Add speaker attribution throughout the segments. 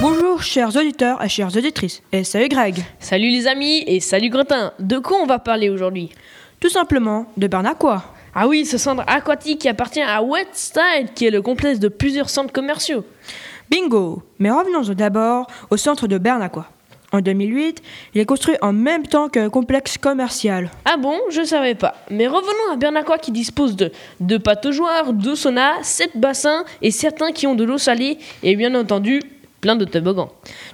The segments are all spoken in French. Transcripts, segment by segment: Speaker 1: Bonjour chers auditeurs et chères auditrices, et salut Greg.
Speaker 2: Salut les amis et salut Grantin. De quoi on va parler aujourd'hui
Speaker 1: Tout simplement de Barnacois.
Speaker 2: Ah oui, ce centre aquatique qui appartient à Westside, qui est le complexe de plusieurs centres commerciaux.
Speaker 1: Bingo Mais revenons d'abord au centre de Bernacois. En 2008, il est construit en même temps que le complexe commercial.
Speaker 2: Ah bon, je savais pas. Mais revenons à Bernacois qui dispose de deux pataugeoires, deux saunas, sept bassins et certains qui ont de l'eau salée et bien entendu plein de toboggans.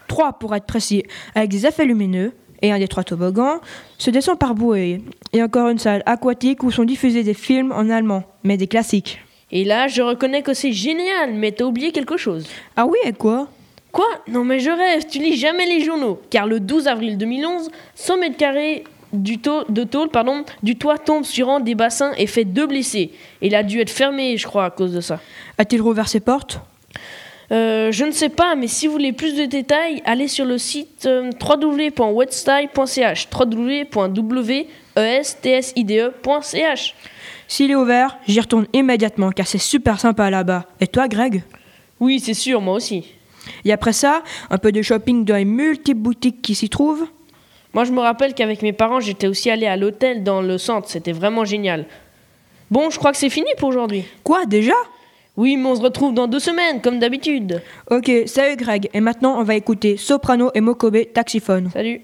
Speaker 1: Trois pour être précis, avec des effets lumineux, et un des trois toboggans se descend par bouée. Et encore une salle aquatique où sont diffusés des films en allemand, mais des classiques.
Speaker 2: Et là, je reconnais que c'est génial, mais t'as oublié quelque chose.
Speaker 1: Ah oui, et quoi
Speaker 2: Quoi Non mais je rêve, tu lis jamais les journaux. Car le 12 avril 2011, 100 mètres carrés du taux, de tôle pardon, du toit tombe sur un des bassins et fait deux blessés. Il a dû être fermé, je crois, à cause de ça.
Speaker 1: A-t-il rouvert ses portes
Speaker 2: Euh, je ne sais pas, mais si vous voulez plus de détails, allez sur le site euh, www.wetstyle.ch e www.westide.ch
Speaker 1: S'il est ouvert, j'y retourne immédiatement car c'est super sympa là-bas. Et toi, Greg
Speaker 2: Oui, c'est sûr, moi aussi.
Speaker 1: Et après ça, un peu de shopping dans les multiples boutiques qui s'y trouvent.
Speaker 2: Moi, je me rappelle qu'avec mes parents, j'étais aussi allé à l'hôtel dans le centre. C'était vraiment génial. Bon, je crois que c'est fini pour aujourd'hui.
Speaker 1: Quoi, déjà
Speaker 2: Oui, mais on se retrouve dans deux semaines, comme d'habitude.
Speaker 1: Ok, salut Greg. Et maintenant, on va écouter Soprano et Mokobe Taxiphone.
Speaker 2: Salut.